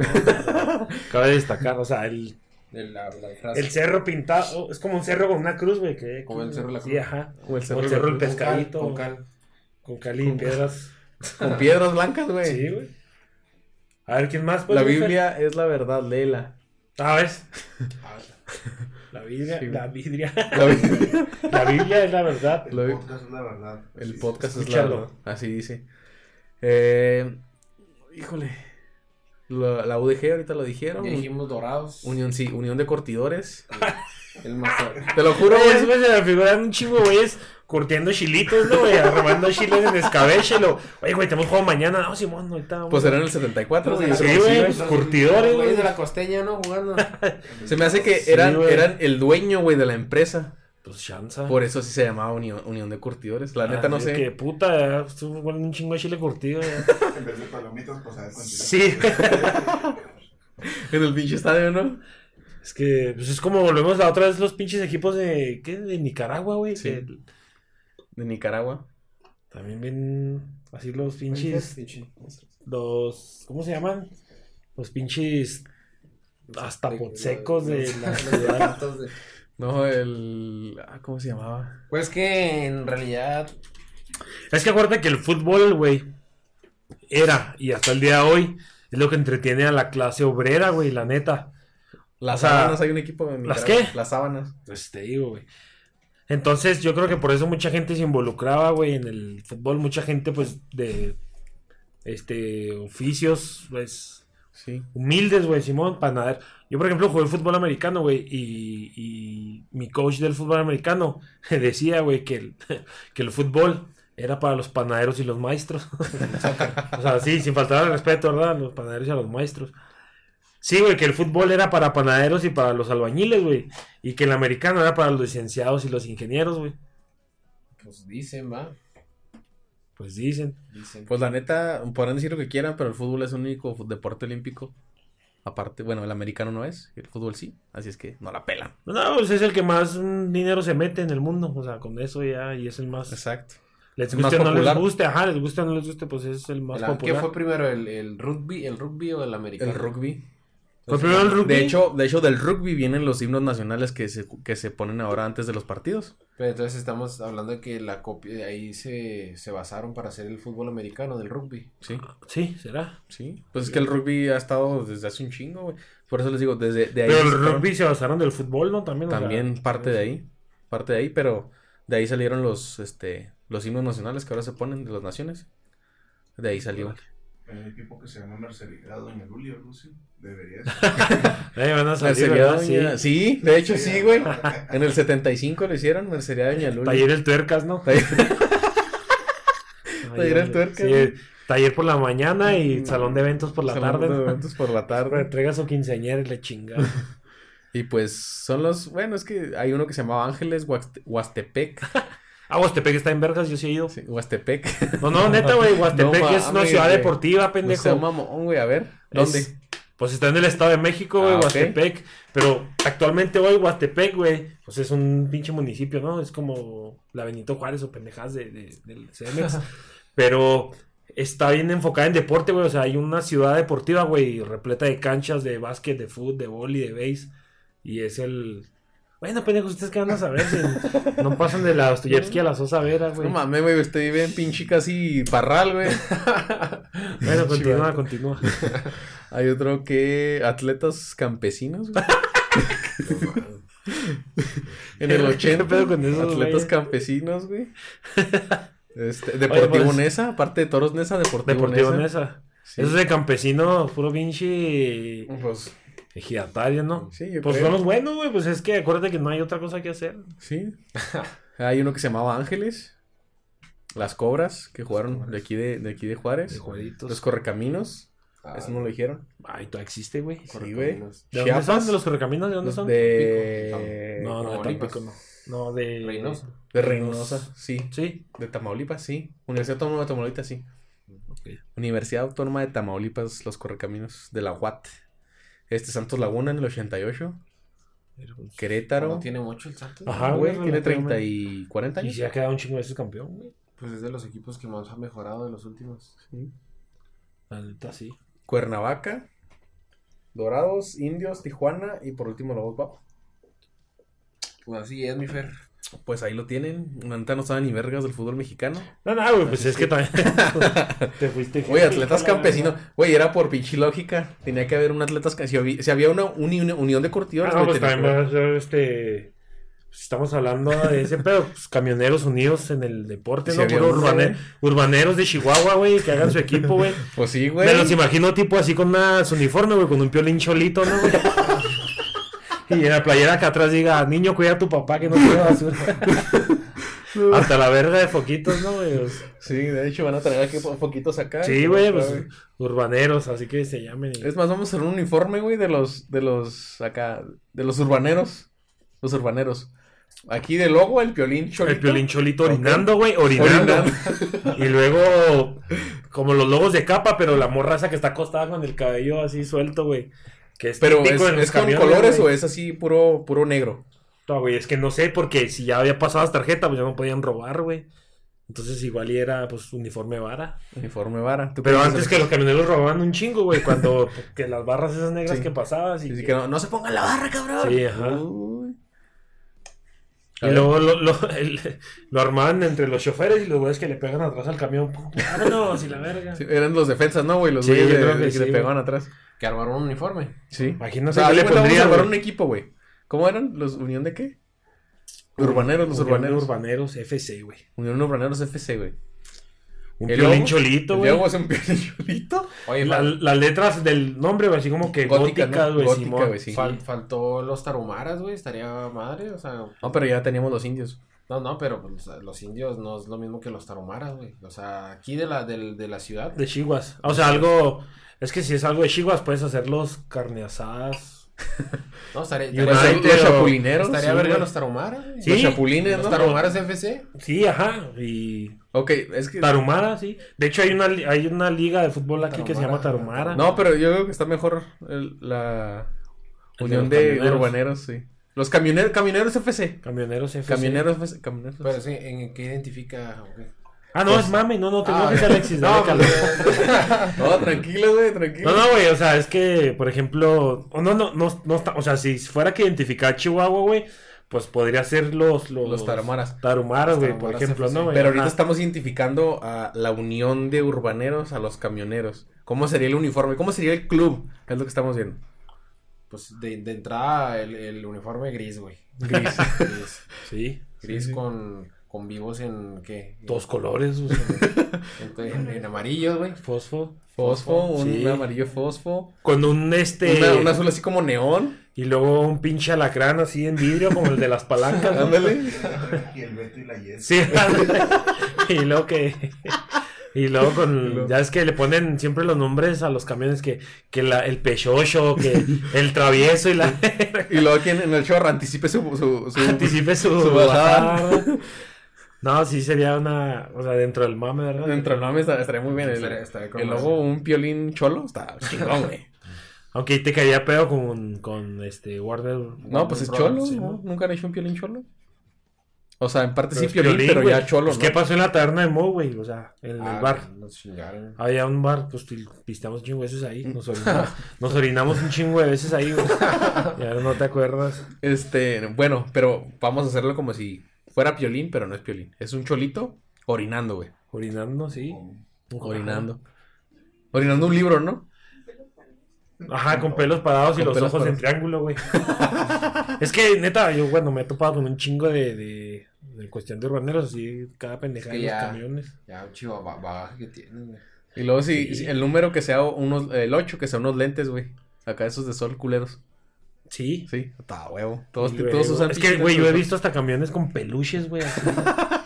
Speaker 2: Cabe destacar, o sea, el,
Speaker 3: De la- la frase.
Speaker 2: el cerro pintado es como un cerro con una cruz, güey. que-
Speaker 3: Como el cerro de la
Speaker 2: Sí,
Speaker 3: cruz.
Speaker 2: ajá.
Speaker 1: O el
Speaker 2: Como
Speaker 1: cerro,
Speaker 2: el cerro del
Speaker 3: Con cal,
Speaker 2: pescadito.
Speaker 3: Con cal.
Speaker 2: Con cali y piedras.
Speaker 1: Con piedras blancas, güey.
Speaker 2: Sí, güey. A ver, ¿quién más? pues,
Speaker 1: la
Speaker 2: Lufer?
Speaker 1: Biblia es la verdad, léela.
Speaker 2: Ah, ¿ves?
Speaker 3: Ah,
Speaker 2: La Biblia,
Speaker 1: Sí, güey.
Speaker 2: la Biblia.
Speaker 1: La Biblia-
Speaker 2: La Biblia es la verdad.
Speaker 4: El
Speaker 1: Lo vi.
Speaker 4: podcast es la verdad.
Speaker 1: el
Speaker 4: Sí,
Speaker 1: podcast es la
Speaker 2: Escúchalo.
Speaker 1: verdad. Así dice. Eh, híjole. La, la UDG ahorita lo dijeron.
Speaker 3: Ya dijimos Dorados.
Speaker 1: Unión, sí, Unión de Curtidores.
Speaker 3: El
Speaker 2: Ah,
Speaker 3: Mazatlán.
Speaker 1: Te lo juro,
Speaker 2: Pero
Speaker 1: güey.
Speaker 2: después se me figuran un chingo, de güeyes, curtiendo chilitos, ¿no, güey? Arrumando chiles en escabeche. Lo... Oye, güey, tenemos juego mañana. No, Simón, ahorita. vamos.
Speaker 1: Pues era en el 74, güey.
Speaker 2: Sí, güey, pues,
Speaker 3: Los-
Speaker 2: curtidores,
Speaker 3: los güeyes
Speaker 2: güey.
Speaker 3: de la costeña, ¿no? Jugando.
Speaker 1: Se me hace que
Speaker 2: Sí,
Speaker 1: eran,
Speaker 2: güey.
Speaker 1: eran el dueño, güey, de la empresa.
Speaker 2: Pues chanza.
Speaker 1: Por eso sí se llamaba Unión, Unión de Curtidores. La neta no
Speaker 2: Así
Speaker 1: sé.
Speaker 2: Ah, Que puta, ya, estuvo con un chingo de chile curtido. ya.
Speaker 4: En vez de palomitas, pues a ver con chile.
Speaker 2: Sí, güey.
Speaker 1: En el pinche estadio, ¿no?
Speaker 2: Es que, pues es como volvemos la otra vez los pinches equipos de. ¿Qué? De Nicaragua, güey.
Speaker 1: Sí.
Speaker 2: que-
Speaker 1: De Nicaragua.
Speaker 2: También ven así los pinches. Los. ¿Cómo se llaman? Los pinches. Hasta potsecos de la ciudad.
Speaker 1: No, el. ah, ¿Cómo se llamaba?
Speaker 3: Pues que en realidad
Speaker 2: Es que acuérdate que el fútbol, güey, era y hasta el día de hoy es lo que entretiene a la clase obrera, güey, la neta.
Speaker 1: Las
Speaker 2: O sea,
Speaker 1: sábanas, hay un equipo en
Speaker 2: ¿las
Speaker 1: Nicaragua,
Speaker 2: qué?
Speaker 1: Las sábanas.
Speaker 2: Pues te digo, güey. Entonces, yo creo que por eso mucha gente se involucraba, güey, en el fútbol. Mucha gente, pues, de este oficios, pues,
Speaker 1: Sí.
Speaker 2: humildes, güey, Simón, panader. Yo, por ejemplo, jugué fútbol americano, güey, y, y mi coach del fútbol americano decía, güey, que el, que el fútbol era para los panaderos y los maestros. o sea, sí, sin faltar al respeto, ¿verdad? A Los panaderos y a los maestros. Sí, güey, que el fútbol era para panaderos y para los albañiles, güey. Y que el americano era para los licenciados y los ingenieros, güey.
Speaker 3: pues dicen, va,
Speaker 2: Pues dicen.
Speaker 3: dicen.
Speaker 1: Pues la neta, podrán decir lo que quieran, pero el fútbol es el único fu- deporte olímpico. Aparte, bueno, el americano no es, el fútbol sí, así es que no la pelan.
Speaker 2: No, pues es el que más mm, dinero se mete en el mundo. O sea, con eso ya, y es el más...
Speaker 1: Exacto.
Speaker 2: Les
Speaker 1: El más
Speaker 2: guste o no les
Speaker 1: popular.
Speaker 2: guste, ajá, les guste o no les guste, pues es el más
Speaker 3: El- ¿Qué
Speaker 2: popular.
Speaker 3: fue primero, el, el rugby, el rugby o el americano?
Speaker 1: El rugby.
Speaker 2: ¿Fue Pues primero el rugby?
Speaker 1: De hecho, de hecho, del rugby vienen los himnos nacionales que se, que se ponen ahora antes de los partidos.
Speaker 3: Pero Pues entonces estamos hablando de que la copia, ahí se, se basaron para hacer el fútbol americano del rugby.
Speaker 1: Sí,
Speaker 2: Sí, será.
Speaker 1: sí. Pues es que el rugby ha estado desde hace un chingo, güey. Por eso les digo, desde de ahí.
Speaker 2: Pero el
Speaker 1: se sacaron-
Speaker 2: rugby se basaron del fútbol, ¿no? También. o sea,
Speaker 1: También parte de ahí. Parte de ahí, pero de ahí salieron los, este, los himnos nacionales que ahora se ponen de las naciones. De ahí salió.
Speaker 4: Hay un equipo que se llama Mercería Doña Luli o algo así. Debería ser.
Speaker 2: Ahí Eh, van a salir,
Speaker 1: Mercería
Speaker 2: ¿verdad?
Speaker 1: Doña-
Speaker 2: ah, Sí.
Speaker 1: Sí, de hecho sí, güey. En el 75 lo hicieron, Mercería Doña Luli.
Speaker 2: Taller el tuercas, ¿no?
Speaker 1: Taller- Taller el
Speaker 2: sí,
Speaker 1: tuercas,
Speaker 2: sí,
Speaker 1: ¿no?
Speaker 2: el taller por la mañana y salón de eventos por la
Speaker 1: Salón
Speaker 2: tarde.
Speaker 1: de
Speaker 2: ¿no?
Speaker 1: eventos por la tarde.
Speaker 2: Entrega su quinceañera y la chingada.
Speaker 1: Y pues son los, bueno, es que hay uno que se llamaba Ángeles, Huaxte- Huastepec.
Speaker 2: Ah, Huastepec está en vergas, yo sí he ido.
Speaker 1: Sí, Huastepec.
Speaker 2: No, no, neta, güey, Huastepec
Speaker 1: No
Speaker 2: es una
Speaker 1: mames,
Speaker 2: ciudad
Speaker 1: güey. Pues
Speaker 2: deportiva,
Speaker 1: No
Speaker 2: pendejo.
Speaker 1: sea mamón, güey, a ver, ¿dónde?
Speaker 2: Es- pues está en el Estado de México, güey,
Speaker 1: Ah, ok.
Speaker 2: Huastepec. Pero actualmente hoy Huastepec, güey, pues es un pinche municipio, ¿no? Es como la Benito Juárez o pendejadas de, de- del CMX. pero está bien enfocada en deporte, güey. O sea, hay una ciudad deportiva, güey, repleta de canchas de básquet, de fútbol, de vóley, de base. Y es el... Bueno, pendejos, ¿ustedes qué van a saber? Si no pasan de la Dostoyevsky a la Sosa Vera, güey.
Speaker 1: No mames, güey, estoy bien pinche casi parral, güey.
Speaker 2: Bueno, continúa, continúa.
Speaker 1: Hay otro que atletas campesinos. güey. en el 80.
Speaker 2: ¿Qué pedo con esos
Speaker 1: atletas
Speaker 2: güeyes?
Speaker 1: campesinos, güey. Este, Deportivo
Speaker 2: pues-
Speaker 1: Nesa, aparte de Toros Nesa, Deportivo,
Speaker 2: Deportivo
Speaker 1: Nesa.
Speaker 2: Nesa.
Speaker 1: Sí.
Speaker 2: Eso es de campesino, puro pinche
Speaker 1: Pues,
Speaker 2: ejidatario, ¿no?
Speaker 1: sí, yo
Speaker 2: Pues
Speaker 1: creo.
Speaker 2: son los buenos, güey. Pues es que acuérdate que no hay otra cosa que hacer.
Speaker 1: Sí. Hay uno que se llamaba Ángeles. Las Cobras, que jugaron de aquí de, de aquí de Juárez. Los
Speaker 2: jueguitos.
Speaker 1: Correcaminos.
Speaker 3: Ah,
Speaker 1: Eso no lo dijeron.
Speaker 2: Ay, todavía existe, güey.
Speaker 1: Sí, güey.
Speaker 3: Correcaminos.
Speaker 2: ¿De dónde son?
Speaker 1: Chiapas.
Speaker 2: ¿De los correcaminos? ¿De dónde son?
Speaker 1: De...
Speaker 2: No, no, de
Speaker 3: Tamaulipas.
Speaker 2: Tampico no. No, de.
Speaker 3: Reynosa.
Speaker 1: De Reynosa, sí.
Speaker 2: Sí.
Speaker 1: De Tamaulipas, sí. Universidad Autónoma de Tamaulipas, sí.
Speaker 2: Ok.
Speaker 1: Universidad Autónoma de Tamaulipas, los correcaminos de la UAT. Este Santos Laguna en el 88. Querétaro.
Speaker 3: No tiene mucho el Santos.
Speaker 2: Ajá.
Speaker 1: Ah, güey,
Speaker 2: güey,
Speaker 1: tiene
Speaker 2: relativamente.
Speaker 1: 30 y 40
Speaker 2: Y
Speaker 1: años.
Speaker 2: se ha quedado un chingo de veces campeón, güey.
Speaker 3: Pues es de los equipos que más ha mejorado de los últimos.
Speaker 2: La neta, sí.
Speaker 1: Cuernavaca. Dorados, Indios, Tijuana y por último los Guapos.
Speaker 3: Pues así es, mi Fer.
Speaker 1: Pues ahí lo tienen. La neta no saben ni vergas del fútbol mexicano.
Speaker 2: No, no, güey, pues es que también. Te fuiste.
Speaker 1: Oye, atletas
Speaker 2: Ah,
Speaker 1: campesinos. Güey, era por pinche lógica. Tenía que haber un atletas. ca- Si había, si había una uni- una unión de curtidores,
Speaker 2: Ah, no,
Speaker 1: güey,
Speaker 2: pues
Speaker 1: tenía que haber.
Speaker 2: también va a ser, este. pues, Estamos hablando de ese pedo, pues, camioneros unidos en el deporte,
Speaker 1: Sí,
Speaker 2: ¿no?
Speaker 1: había
Speaker 2: Puro
Speaker 1: uno, ¿eh?
Speaker 2: urbane-
Speaker 1: güey.
Speaker 2: urbaneros de Chihuahua, güey, que hagan su equipo, güey.
Speaker 1: Pues sí, güey.
Speaker 2: Me los imagino tipo así con una, su uniforme, güey, con un piolín cholito, ¿no, güey? y en la playera acá atrás diga, niño, cuida a tu papá que no te da basura. Hasta la verga de foquitos, ¿no, güey? Pues,
Speaker 1: Sí, de hecho van a traer aquí po- poquitos acá.
Speaker 2: sí, güey,
Speaker 1: Acá,
Speaker 2: pues urbaneros, así que se llamen. y-
Speaker 1: Es más, vamos a hacer un uniforme, güey, de los, de los, acá, de los urbaneros. Los urbaneros. Aquí de logo el piolín cholito.
Speaker 2: El piolín cholito
Speaker 1: Ok.
Speaker 2: orinando, güey, orinando.
Speaker 1: Orinando.
Speaker 2: Y luego, como los logos de capa, pero la morra esa que está acostada con el cabello así suelto, güey. Que es
Speaker 1: Pero es,
Speaker 2: típico en los
Speaker 1: ¿es con
Speaker 2: camiones,
Speaker 1: colores o
Speaker 2: güey.
Speaker 1: es así puro, puro negro.
Speaker 2: No, güey, es que no sé, porque si ya había pasado las tarjetas, pues ya no podían robar, güey. Entonces igual y era pues uniforme vara.
Speaker 1: Uniforme vara. ¿Tú
Speaker 2: Pero
Speaker 1: qué
Speaker 2: antes
Speaker 1: piensas?
Speaker 2: que los camioneros robaban un chingo, güey, cuando que las barras esas negras
Speaker 1: Sí.
Speaker 2: que pasabas y,
Speaker 1: Así
Speaker 2: que-
Speaker 1: que no, Uh, no se ponga la barra, cabrón.
Speaker 2: Sí, ajá.
Speaker 1: Uy.
Speaker 2: y luego lo, lo- el- lo armaban entre los choferes y los güeyes que le pegan atrás al camión. ¡pum! ¡Vámonos! y la verga.
Speaker 1: Sí, eran los defensas, ¿no, güey? Los
Speaker 2: Sí,
Speaker 1: güeyes
Speaker 2: yo
Speaker 1: de-
Speaker 2: creo que
Speaker 1: de que
Speaker 2: sí,
Speaker 1: le
Speaker 2: güey.
Speaker 1: pegaban atrás.
Speaker 3: Que armaron un uniforme.
Speaker 1: Sí. o
Speaker 2: Imagínate
Speaker 1: sea,
Speaker 2: qué
Speaker 1: le
Speaker 2: le pondrían, güey.
Speaker 1: un equipo, güey. ¿Cómo eran? ¿Los Unión de qué? Urbaneros, los
Speaker 2: Unión de
Speaker 1: urbaneros.
Speaker 2: Urbaneros, FC, güey.
Speaker 1: Unión Urbaneros FC, güey.
Speaker 2: Un
Speaker 1: ¿El
Speaker 2: piolín
Speaker 1: Diego?
Speaker 2: cholito,
Speaker 1: El
Speaker 2: güey.
Speaker 1: Diego es un piolito.
Speaker 3: Oye,
Speaker 2: La-
Speaker 3: fal-
Speaker 2: las letras del nombre, güey, así como que
Speaker 1: Gótica,
Speaker 2: góticas,
Speaker 1: ¿no?
Speaker 2: güey.
Speaker 1: Gótica,
Speaker 2: Simón.
Speaker 1: güey, sí.
Speaker 3: fal- faltó los tarumaras, güey. Estaría madre, o sea.
Speaker 1: No, pero ya teníamos los indios.
Speaker 3: No, no, pero pues, los indios no es lo mismo que los tarumaras, güey. O sea, aquí de la, del- de la ciudad.
Speaker 2: De chihuas. O sea, algo. Es que si es algo de chihuas, puedes hacerlos carne asadas.
Speaker 3: No, estaría.
Speaker 2: Y
Speaker 1: Los,
Speaker 2: una-
Speaker 3: Estaría,
Speaker 2: Ay,
Speaker 1: los
Speaker 2: pero-
Speaker 1: chapulineros.
Speaker 3: estaría
Speaker 1: sí,
Speaker 3: verga
Speaker 1: güey.
Speaker 3: los tarumaras, güey.
Speaker 1: Los
Speaker 2: Sí.
Speaker 1: chapulines,
Speaker 3: Los
Speaker 1: ¿no?
Speaker 3: tarumaras FC.
Speaker 2: Sí, ajá. Y.
Speaker 1: Ok, es que.
Speaker 2: Tarumara, sí. De hecho, hay una, li- hay una liga de fútbol aquí que se llama
Speaker 3: Tarumara.
Speaker 2: Tarumara.
Speaker 1: No, pero yo creo que está mejor el- la
Speaker 2: El
Speaker 1: unión
Speaker 2: de los
Speaker 1: de,
Speaker 2: camioneros.
Speaker 1: urbaneros, sí. Los camioneros, camioneros FC.
Speaker 2: Camioneros FC.
Speaker 1: Camioneros FC. Camioneros
Speaker 3: Pero sí, ¿en qué identifica? o qué?
Speaker 2: Ah, no, es mame. No, no, te
Speaker 3: Ah,
Speaker 2: enojes, Alexis. dale
Speaker 3: No,
Speaker 2: calor.
Speaker 1: pues, FC. No, tranquilo, güey, tranquilo.
Speaker 2: No, no, güey, o sea, es que, por ejemplo, o no, no, no, no está, o sea, si fuera que identificar a Chihuahua, güey, pues podría ser los, los,
Speaker 1: Los tarumaras.
Speaker 2: Tarumaras, güey,
Speaker 3: Los
Speaker 2: por
Speaker 3: tarumaras
Speaker 2: ejemplo,
Speaker 3: FC.
Speaker 2: ¿no? güey?
Speaker 1: Pero ahorita
Speaker 2: Ajá.
Speaker 1: estamos identificando a la unión de urbaneros a los camioneros. ¿Cómo sería el uniforme? ¿Cómo sería el club? Es lo que estamos viendo.
Speaker 3: Pues de, de entrada el, el uniforme gris, güey.
Speaker 1: Gris.
Speaker 3: Gris,
Speaker 2: Sí,
Speaker 3: Gris
Speaker 1: Sí, sí.
Speaker 3: con, con vivos en qué?
Speaker 2: dos colores, o sea,
Speaker 3: En, en- en amarillo, güey.
Speaker 2: fosfo.
Speaker 1: Fosfo, un
Speaker 2: Sí.
Speaker 1: amarillo fosfo.
Speaker 2: Con un este.
Speaker 1: Una- un azul así como neón.
Speaker 2: Y luego un pinche alacrán así en vidrio, como el de las palancas. ¿no?
Speaker 1: Ándale.
Speaker 4: Y el Beto y la Jess.
Speaker 2: Sí, y luego que. Y luego con.
Speaker 1: luego-
Speaker 2: Ya es que le ponen siempre los nombres a los camiones que. Que la, el pechocho, que el travieso y la.
Speaker 1: Y luego aquí en, en el chorro anticipe su... su, su-
Speaker 2: anticipe su,
Speaker 1: su bajada.
Speaker 2: bajada. No, sí sería una. O sea, dentro del mame, ¿verdad?
Speaker 1: Dentro del mame está- estaría muy bien. El,
Speaker 3: Estaría- estaría con
Speaker 1: el
Speaker 3: más.
Speaker 1: logo, un piolín cholo, está chingón, güey.
Speaker 2: Aunque te caería pedo con, con este Warner.
Speaker 1: No, pues es cholo,
Speaker 2: Warner Bros,
Speaker 1: ¿no?
Speaker 2: ¿no?
Speaker 1: Nunca han hecho un piolín cholo. O sea, en parte
Speaker 2: Pero
Speaker 1: sí
Speaker 2: es
Speaker 1: piolín,
Speaker 2: Piolín,
Speaker 1: pero
Speaker 2: güey.
Speaker 1: ya cholo,
Speaker 2: Pues,
Speaker 1: ¿no?
Speaker 2: ¿Qué pasó en la taberna de Mo, güey? O sea, en
Speaker 3: Ah,
Speaker 2: el bar.
Speaker 3: Nos chingaron.
Speaker 2: Había un bar, pues pil- pisteamos un chingo de veces
Speaker 1: Mm.
Speaker 2: ahí. Nos orinamos, nos orinamos un chingo de veces ahí, güey. Y ahora no te acuerdas.
Speaker 1: Este, bueno, pero vamos a hacerlo como si fuera piolín, pero no es piolín. Es un cholito orinando, güey.
Speaker 2: Orinando, sí.
Speaker 1: Oh, Orinando. Orinando un libro, ¿no?
Speaker 2: Ajá, con pelos parados y
Speaker 1: Con
Speaker 2: los
Speaker 1: pelos
Speaker 2: ojos en
Speaker 1: parados.
Speaker 2: triángulo, güey. es que, neta, yo, bueno, me he topado con un chingo de, de, de cuestión de urbaneros, así, cada pendejada
Speaker 3: Es que
Speaker 2: en los
Speaker 3: ya-
Speaker 2: camiones.
Speaker 3: Ya, chiva, ba- bagaje que tienes, güey.
Speaker 1: Y luego si,
Speaker 2: Sí.
Speaker 1: si el número que sea unos, el 8, que sea unos lentes, güey. Acá esos de sol culeros.
Speaker 2: Sí.
Speaker 1: Sí, está huevo. Todos,
Speaker 2: Y
Speaker 1: te-
Speaker 2: luego-
Speaker 1: todos usan
Speaker 2: Es que,
Speaker 1: pinches
Speaker 2: güey, yo
Speaker 1: lentes
Speaker 2: he
Speaker 1: de
Speaker 2: visto hasta camiones con peluches, güey, así,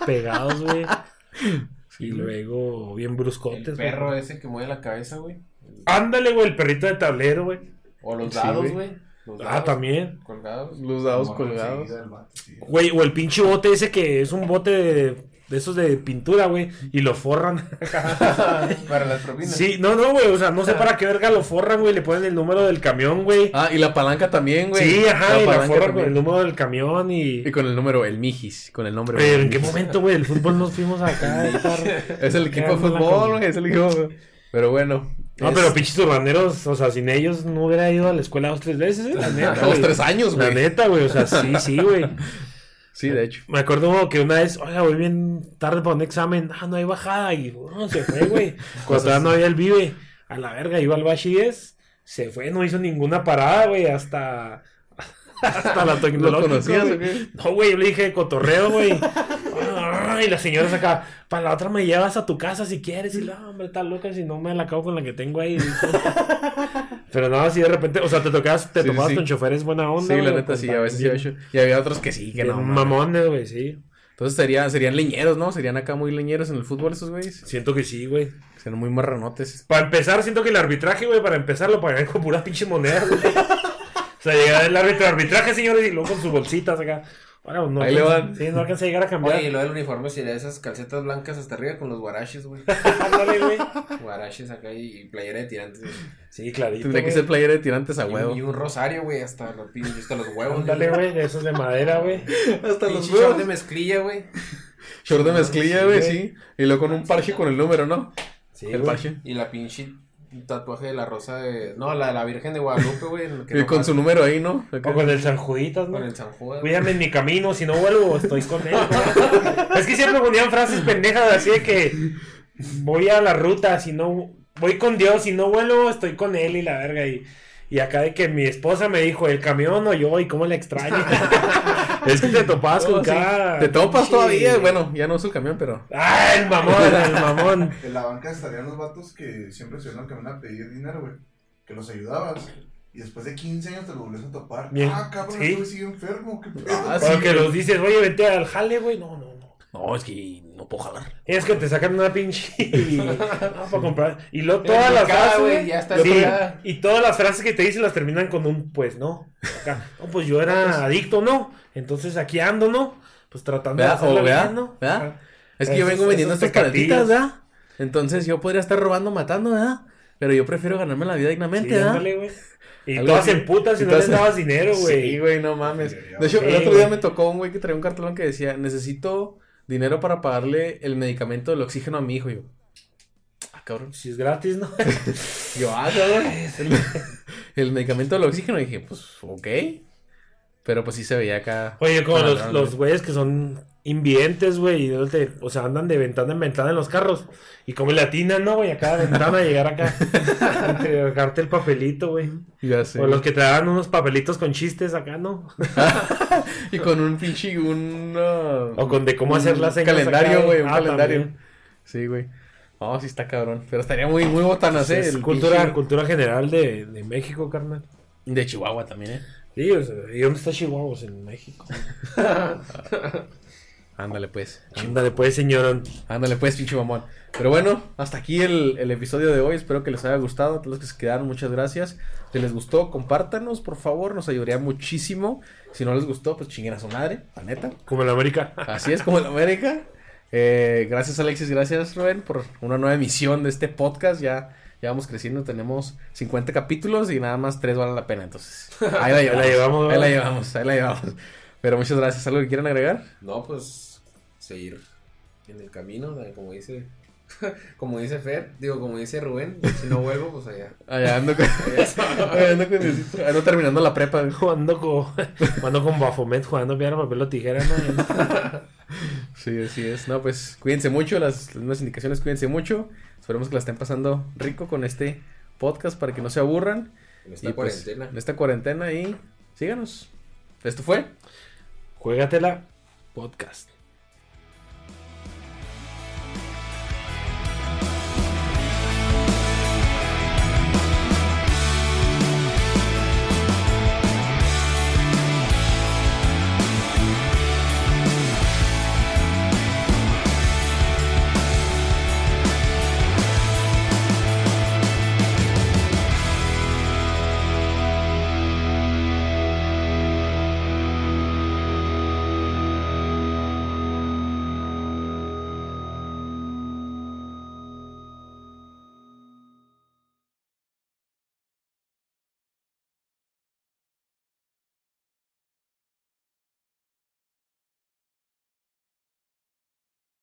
Speaker 2: pegados, güey. Y luego, bien bruscotes,
Speaker 3: El
Speaker 2: güey.
Speaker 3: perro ese que mueve la cabeza, güey.
Speaker 2: Ándale, güey, el perrito de tablero, güey.
Speaker 3: O los
Speaker 1: Sí,
Speaker 3: dados,
Speaker 1: güey.
Speaker 3: güey. Los
Speaker 2: Ah,
Speaker 3: dados
Speaker 2: también.
Speaker 3: Colgados.
Speaker 1: sol. Los dados
Speaker 4: Morra
Speaker 1: colgados.
Speaker 4: enseguida, el vato, sí.
Speaker 2: Güey, o el pinche bote ese que es un bote de, de esos de pintura, güey, y lo forran.
Speaker 3: Para las propinas.
Speaker 2: Sí, no, no, güey, o sea, no sé para qué verga lo forran, güey, le ponen el número del camión, güey.
Speaker 1: Ah, y la palanca también, güey.
Speaker 2: sí, ajá, y la
Speaker 1: palanca
Speaker 2: forran con
Speaker 1: también.
Speaker 2: el número del camión y...
Speaker 1: Y con el número, el Mijis, con el nombre. güey,
Speaker 2: Pero en
Speaker 1: el
Speaker 2: qué
Speaker 1: Mijis.
Speaker 2: momento, güey, el fútbol nos fuimos acá. a estar-
Speaker 1: Es el equipo de
Speaker 2: Quedándola
Speaker 1: fútbol,
Speaker 2: con-
Speaker 1: güey, es el equipo. Pero bueno.
Speaker 2: No,
Speaker 1: es-
Speaker 2: pero pinches urbaneros, o sea, sin ellos no hubiera ido a la escuela dos, tres veces, eh, la neta.
Speaker 1: Dos,
Speaker 2: güey.
Speaker 1: tres años,
Speaker 2: La
Speaker 1: güey.
Speaker 2: neta, güey, o sea, sí, sí, güey.
Speaker 1: Sí, de hecho.
Speaker 2: Me acuerdo que una vez, oiga, voy bien tarde para un examen. Ah, no hay bajada. Y no, se fue, güey. Cuando todavía no había el vive. A la verga, iba al Bashi 10. Se fue, no hizo ninguna parada, güey. Hasta. Hasta la
Speaker 1: ¿Lo
Speaker 2: tecnológica.
Speaker 1: conocías o
Speaker 2: güey.
Speaker 1: qué?
Speaker 2: No, güey, yo le dije cotorreo, güey. Ah, Y la señora acá, para la otra me llevas a tu casa si quieres. Y la "Ah, hombre, está loca si no me la acabo con la que tengo ahí. Pero no, así de repente, o sea, te tocabas, te
Speaker 1: Sí, sí,
Speaker 2: topabas
Speaker 1: sí.
Speaker 2: con choferes buena onda.
Speaker 1: Sí, la
Speaker 2: güey,
Speaker 1: neta
Speaker 2: con
Speaker 1: sí, a veces sí
Speaker 2: bien-
Speaker 1: había hecho. Y había otros que sí, que
Speaker 2: bien
Speaker 1: no. mames.
Speaker 2: Mamones, güey, sí.
Speaker 1: Entonces serían, serían leñeros, ¿no? Serían acá muy leñeros en el fútbol esos güeyes.
Speaker 2: Siento que sí, güey.
Speaker 1: Serían muy marranotes.
Speaker 2: Para empezar, siento que el arbitraje, güey, para empezar lo pagan con puras pinches monedas, güey. O sea, llega el árbitro de arbitraje, señores, y luego con sus bolsitas acá. Ahora, no,
Speaker 1: Ahí le
Speaker 2: alcanza-
Speaker 1: van.
Speaker 2: Sí, no alcanza a llegar a cambiar.
Speaker 3: Oye, y lo del uniforme sería esas calcetas blancas hasta arriba con los guaraches, güey.
Speaker 2: Ándale, güey.
Speaker 3: Guaraches acá y, y playera de tirantes. güey.
Speaker 2: Sí, clarito.
Speaker 1: Tendría que
Speaker 2: güey.
Speaker 1: ser player de tirantes a
Speaker 3: Y un-
Speaker 1: huevo.
Speaker 3: Y, un rosario, güey, hasta, los pin- hasta los huevos.
Speaker 2: Ándale, güey, de esos de madera, güey.
Speaker 1: Hasta
Speaker 3: Pinche short de mezclilla, güey.
Speaker 1: Short de
Speaker 3: Sí,
Speaker 1: mezclilla,
Speaker 3: sí,
Speaker 1: güey,
Speaker 3: güey.
Speaker 1: sí. Y luego con un parche con el número, ¿no?
Speaker 2: Sí,
Speaker 1: El
Speaker 2: güey.
Speaker 1: parche.
Speaker 3: Y la pinche tatuaje de la rosa de. No, la de la Virgen de Guadalupe, güey. en el que
Speaker 1: Y con
Speaker 3: nomás-
Speaker 1: su número ahí, ¿no? Acá.
Speaker 2: O con el San Juditas, ¿no?
Speaker 3: Con el San Judas.
Speaker 2: Cuídame en mi camino, si no vuelvo, estoy con él. ¿no? es que siempre ponían frases pendejas así de que voy a la ruta, si no voy con Dios, si no vuelvo, estoy con él y la verga. Y, y acá de que mi esposa me dijo, el camión o yo, y cómo le extraño. es que te topabas
Speaker 1: Oh,
Speaker 2: con
Speaker 1: sí.
Speaker 2: cada.
Speaker 1: Te topas
Speaker 2: Sí.
Speaker 1: todavía, bueno, ya no uso el camión, pero.
Speaker 2: Ah, el mamón, el mamón.
Speaker 4: En la banca estarían los vatos que siempre se iban al camino a pedir dinero, güey. Que los ayudabas. Y después de 15 años te lo volvías a topar.
Speaker 2: Bien.
Speaker 4: Ah, cabrón,
Speaker 2: Sí.
Speaker 4: estuve sigue enfermo. ¿Qué pedo?
Speaker 1: Ah, sí,
Speaker 2: Porque
Speaker 1: güey.
Speaker 2: los dices, oye, vete al jale, güey. No, no, no.
Speaker 1: No, es que no puedo jalar.
Speaker 2: Es que te sacan una pinche. no, para comprar. Y luego
Speaker 3: Pero
Speaker 2: todas
Speaker 3: en
Speaker 2: las
Speaker 3: tu cara,
Speaker 2: frases.
Speaker 3: güey,
Speaker 2: güey,
Speaker 3: ya está
Speaker 2: sí,
Speaker 3: en tu cara.
Speaker 2: y todas las frases que te dicen las terminan con un pues no. Acá, no, pues yo era adicto, ¿no? Entonces aquí ando, ¿no? Pues tratando
Speaker 1: ¿Verdad?
Speaker 2: hacerla
Speaker 1: O vea,
Speaker 2: bien, ¿no?
Speaker 1: ¿verdad?
Speaker 2: Ajá.
Speaker 1: Es que yo
Speaker 2: Esos-
Speaker 1: vengo vendiendo
Speaker 2: esos
Speaker 1: estas paletitas,
Speaker 2: tecatillos.
Speaker 1: ¿verdad? Entonces yo podría estar robando, matando, ¿verdad? Pero yo prefiero ganarme la vida dignamente,
Speaker 2: Sí,
Speaker 1: ¿verdad?
Speaker 2: ándale, güey. Y
Speaker 1: Algo
Speaker 2: todas
Speaker 1: así.
Speaker 2: se emputan si
Speaker 1: Y
Speaker 2: no
Speaker 1: todas
Speaker 2: les
Speaker 1: se-
Speaker 2: dabas dinero, güey.
Speaker 1: Sí, güey, no mames. De hecho, el
Speaker 2: Sí,
Speaker 1: otro día
Speaker 2: güey.
Speaker 1: me tocó un güey que traía un cartelón que decía, necesito dinero para pagarle el medicamento del oxígeno a mi hijo. Y yo, ah, cabrón.
Speaker 2: Pues, si es gratis, ¿no?
Speaker 1: Yo, ah, cabrón. El, el medicamento del oxígeno. Y dije, pues, ok. Pero pues sí se veía acá.
Speaker 2: Oye, como
Speaker 1: Ah,
Speaker 2: los,
Speaker 1: claro,
Speaker 2: los güeyes que son invidentes, güey, y luego te- o sea, andan de ventana en ventana en los carros. Y como le atinan, ¿no, güey? A cada ventana llegar acá, entregarte el papelito, güey.
Speaker 1: Ya sé.
Speaker 2: O los que te daban unos papelitos con chistes acá, ¿no?
Speaker 1: Y con un pinche, un... ah,
Speaker 2: O con de cómo hacer
Speaker 1: un
Speaker 2: las señas
Speaker 1: calendario,
Speaker 2: acá,
Speaker 1: güey, un
Speaker 2: Ah,
Speaker 1: calendario.
Speaker 2: también.
Speaker 1: Sí, güey. No, sí está cabrón. Pero estaría muy, muy botanas, ¿eh?
Speaker 2: Es
Speaker 1: El
Speaker 2: cultura,
Speaker 1: pinche-
Speaker 2: cultura general de, de México, carnal.
Speaker 1: De Chihuahua también, ¿eh?
Speaker 2: Sí, o sea, ¿y dónde está Chihuahua? Pues En México.
Speaker 1: Ándale, pues.
Speaker 2: Ándale, pues, señorón.
Speaker 1: Ándale pues, pinche mamón. Pero bueno, hasta aquí el, el episodio de hoy. Espero que les haya gustado. A todos los que se quedaron, muchas gracias. Si les gustó, compártanos, por favor. Nos ayudaría muchísimo. Si no les gustó, pues chinguen a su madre, la neta.
Speaker 2: Como en América.
Speaker 1: Así es como en América. Eh, gracias, Alexis. Gracias, Rubén, por una nueva emisión de este podcast. Ya, ya vamos creciendo. Tenemos 50 capítulos y nada más 3 valen la pena. Entonces, ahí la llevamos.
Speaker 2: la llevamos,
Speaker 1: ahí la
Speaker 2: ¿verdad?
Speaker 1: llevamos. Ahí la llevamos. Pero muchas gracias. ¿Algo que quieran agregar?
Speaker 3: No, pues seguir en el camino, o sea, como dice, como dice Fer, digo, como dice Rubén, si no vuelvo, pues allá.
Speaker 1: Allá ando con, allá ando con Diosito. Ando terminando la prepa. güey.
Speaker 2: Jugando con, jugando con Bafomet, jugando piedra, papel o tijera, ¿no?
Speaker 1: Sí, así es. No, pues cuídense mucho, las, las mismas indicaciones, cuídense mucho. Esperemos que la estén pasando rico con este podcast para que no se aburran.
Speaker 3: En esta
Speaker 1: Y, pues,
Speaker 3: cuarentena.
Speaker 1: en esta cuarentena y síganos. Esto fue
Speaker 2: Juégatela podcast.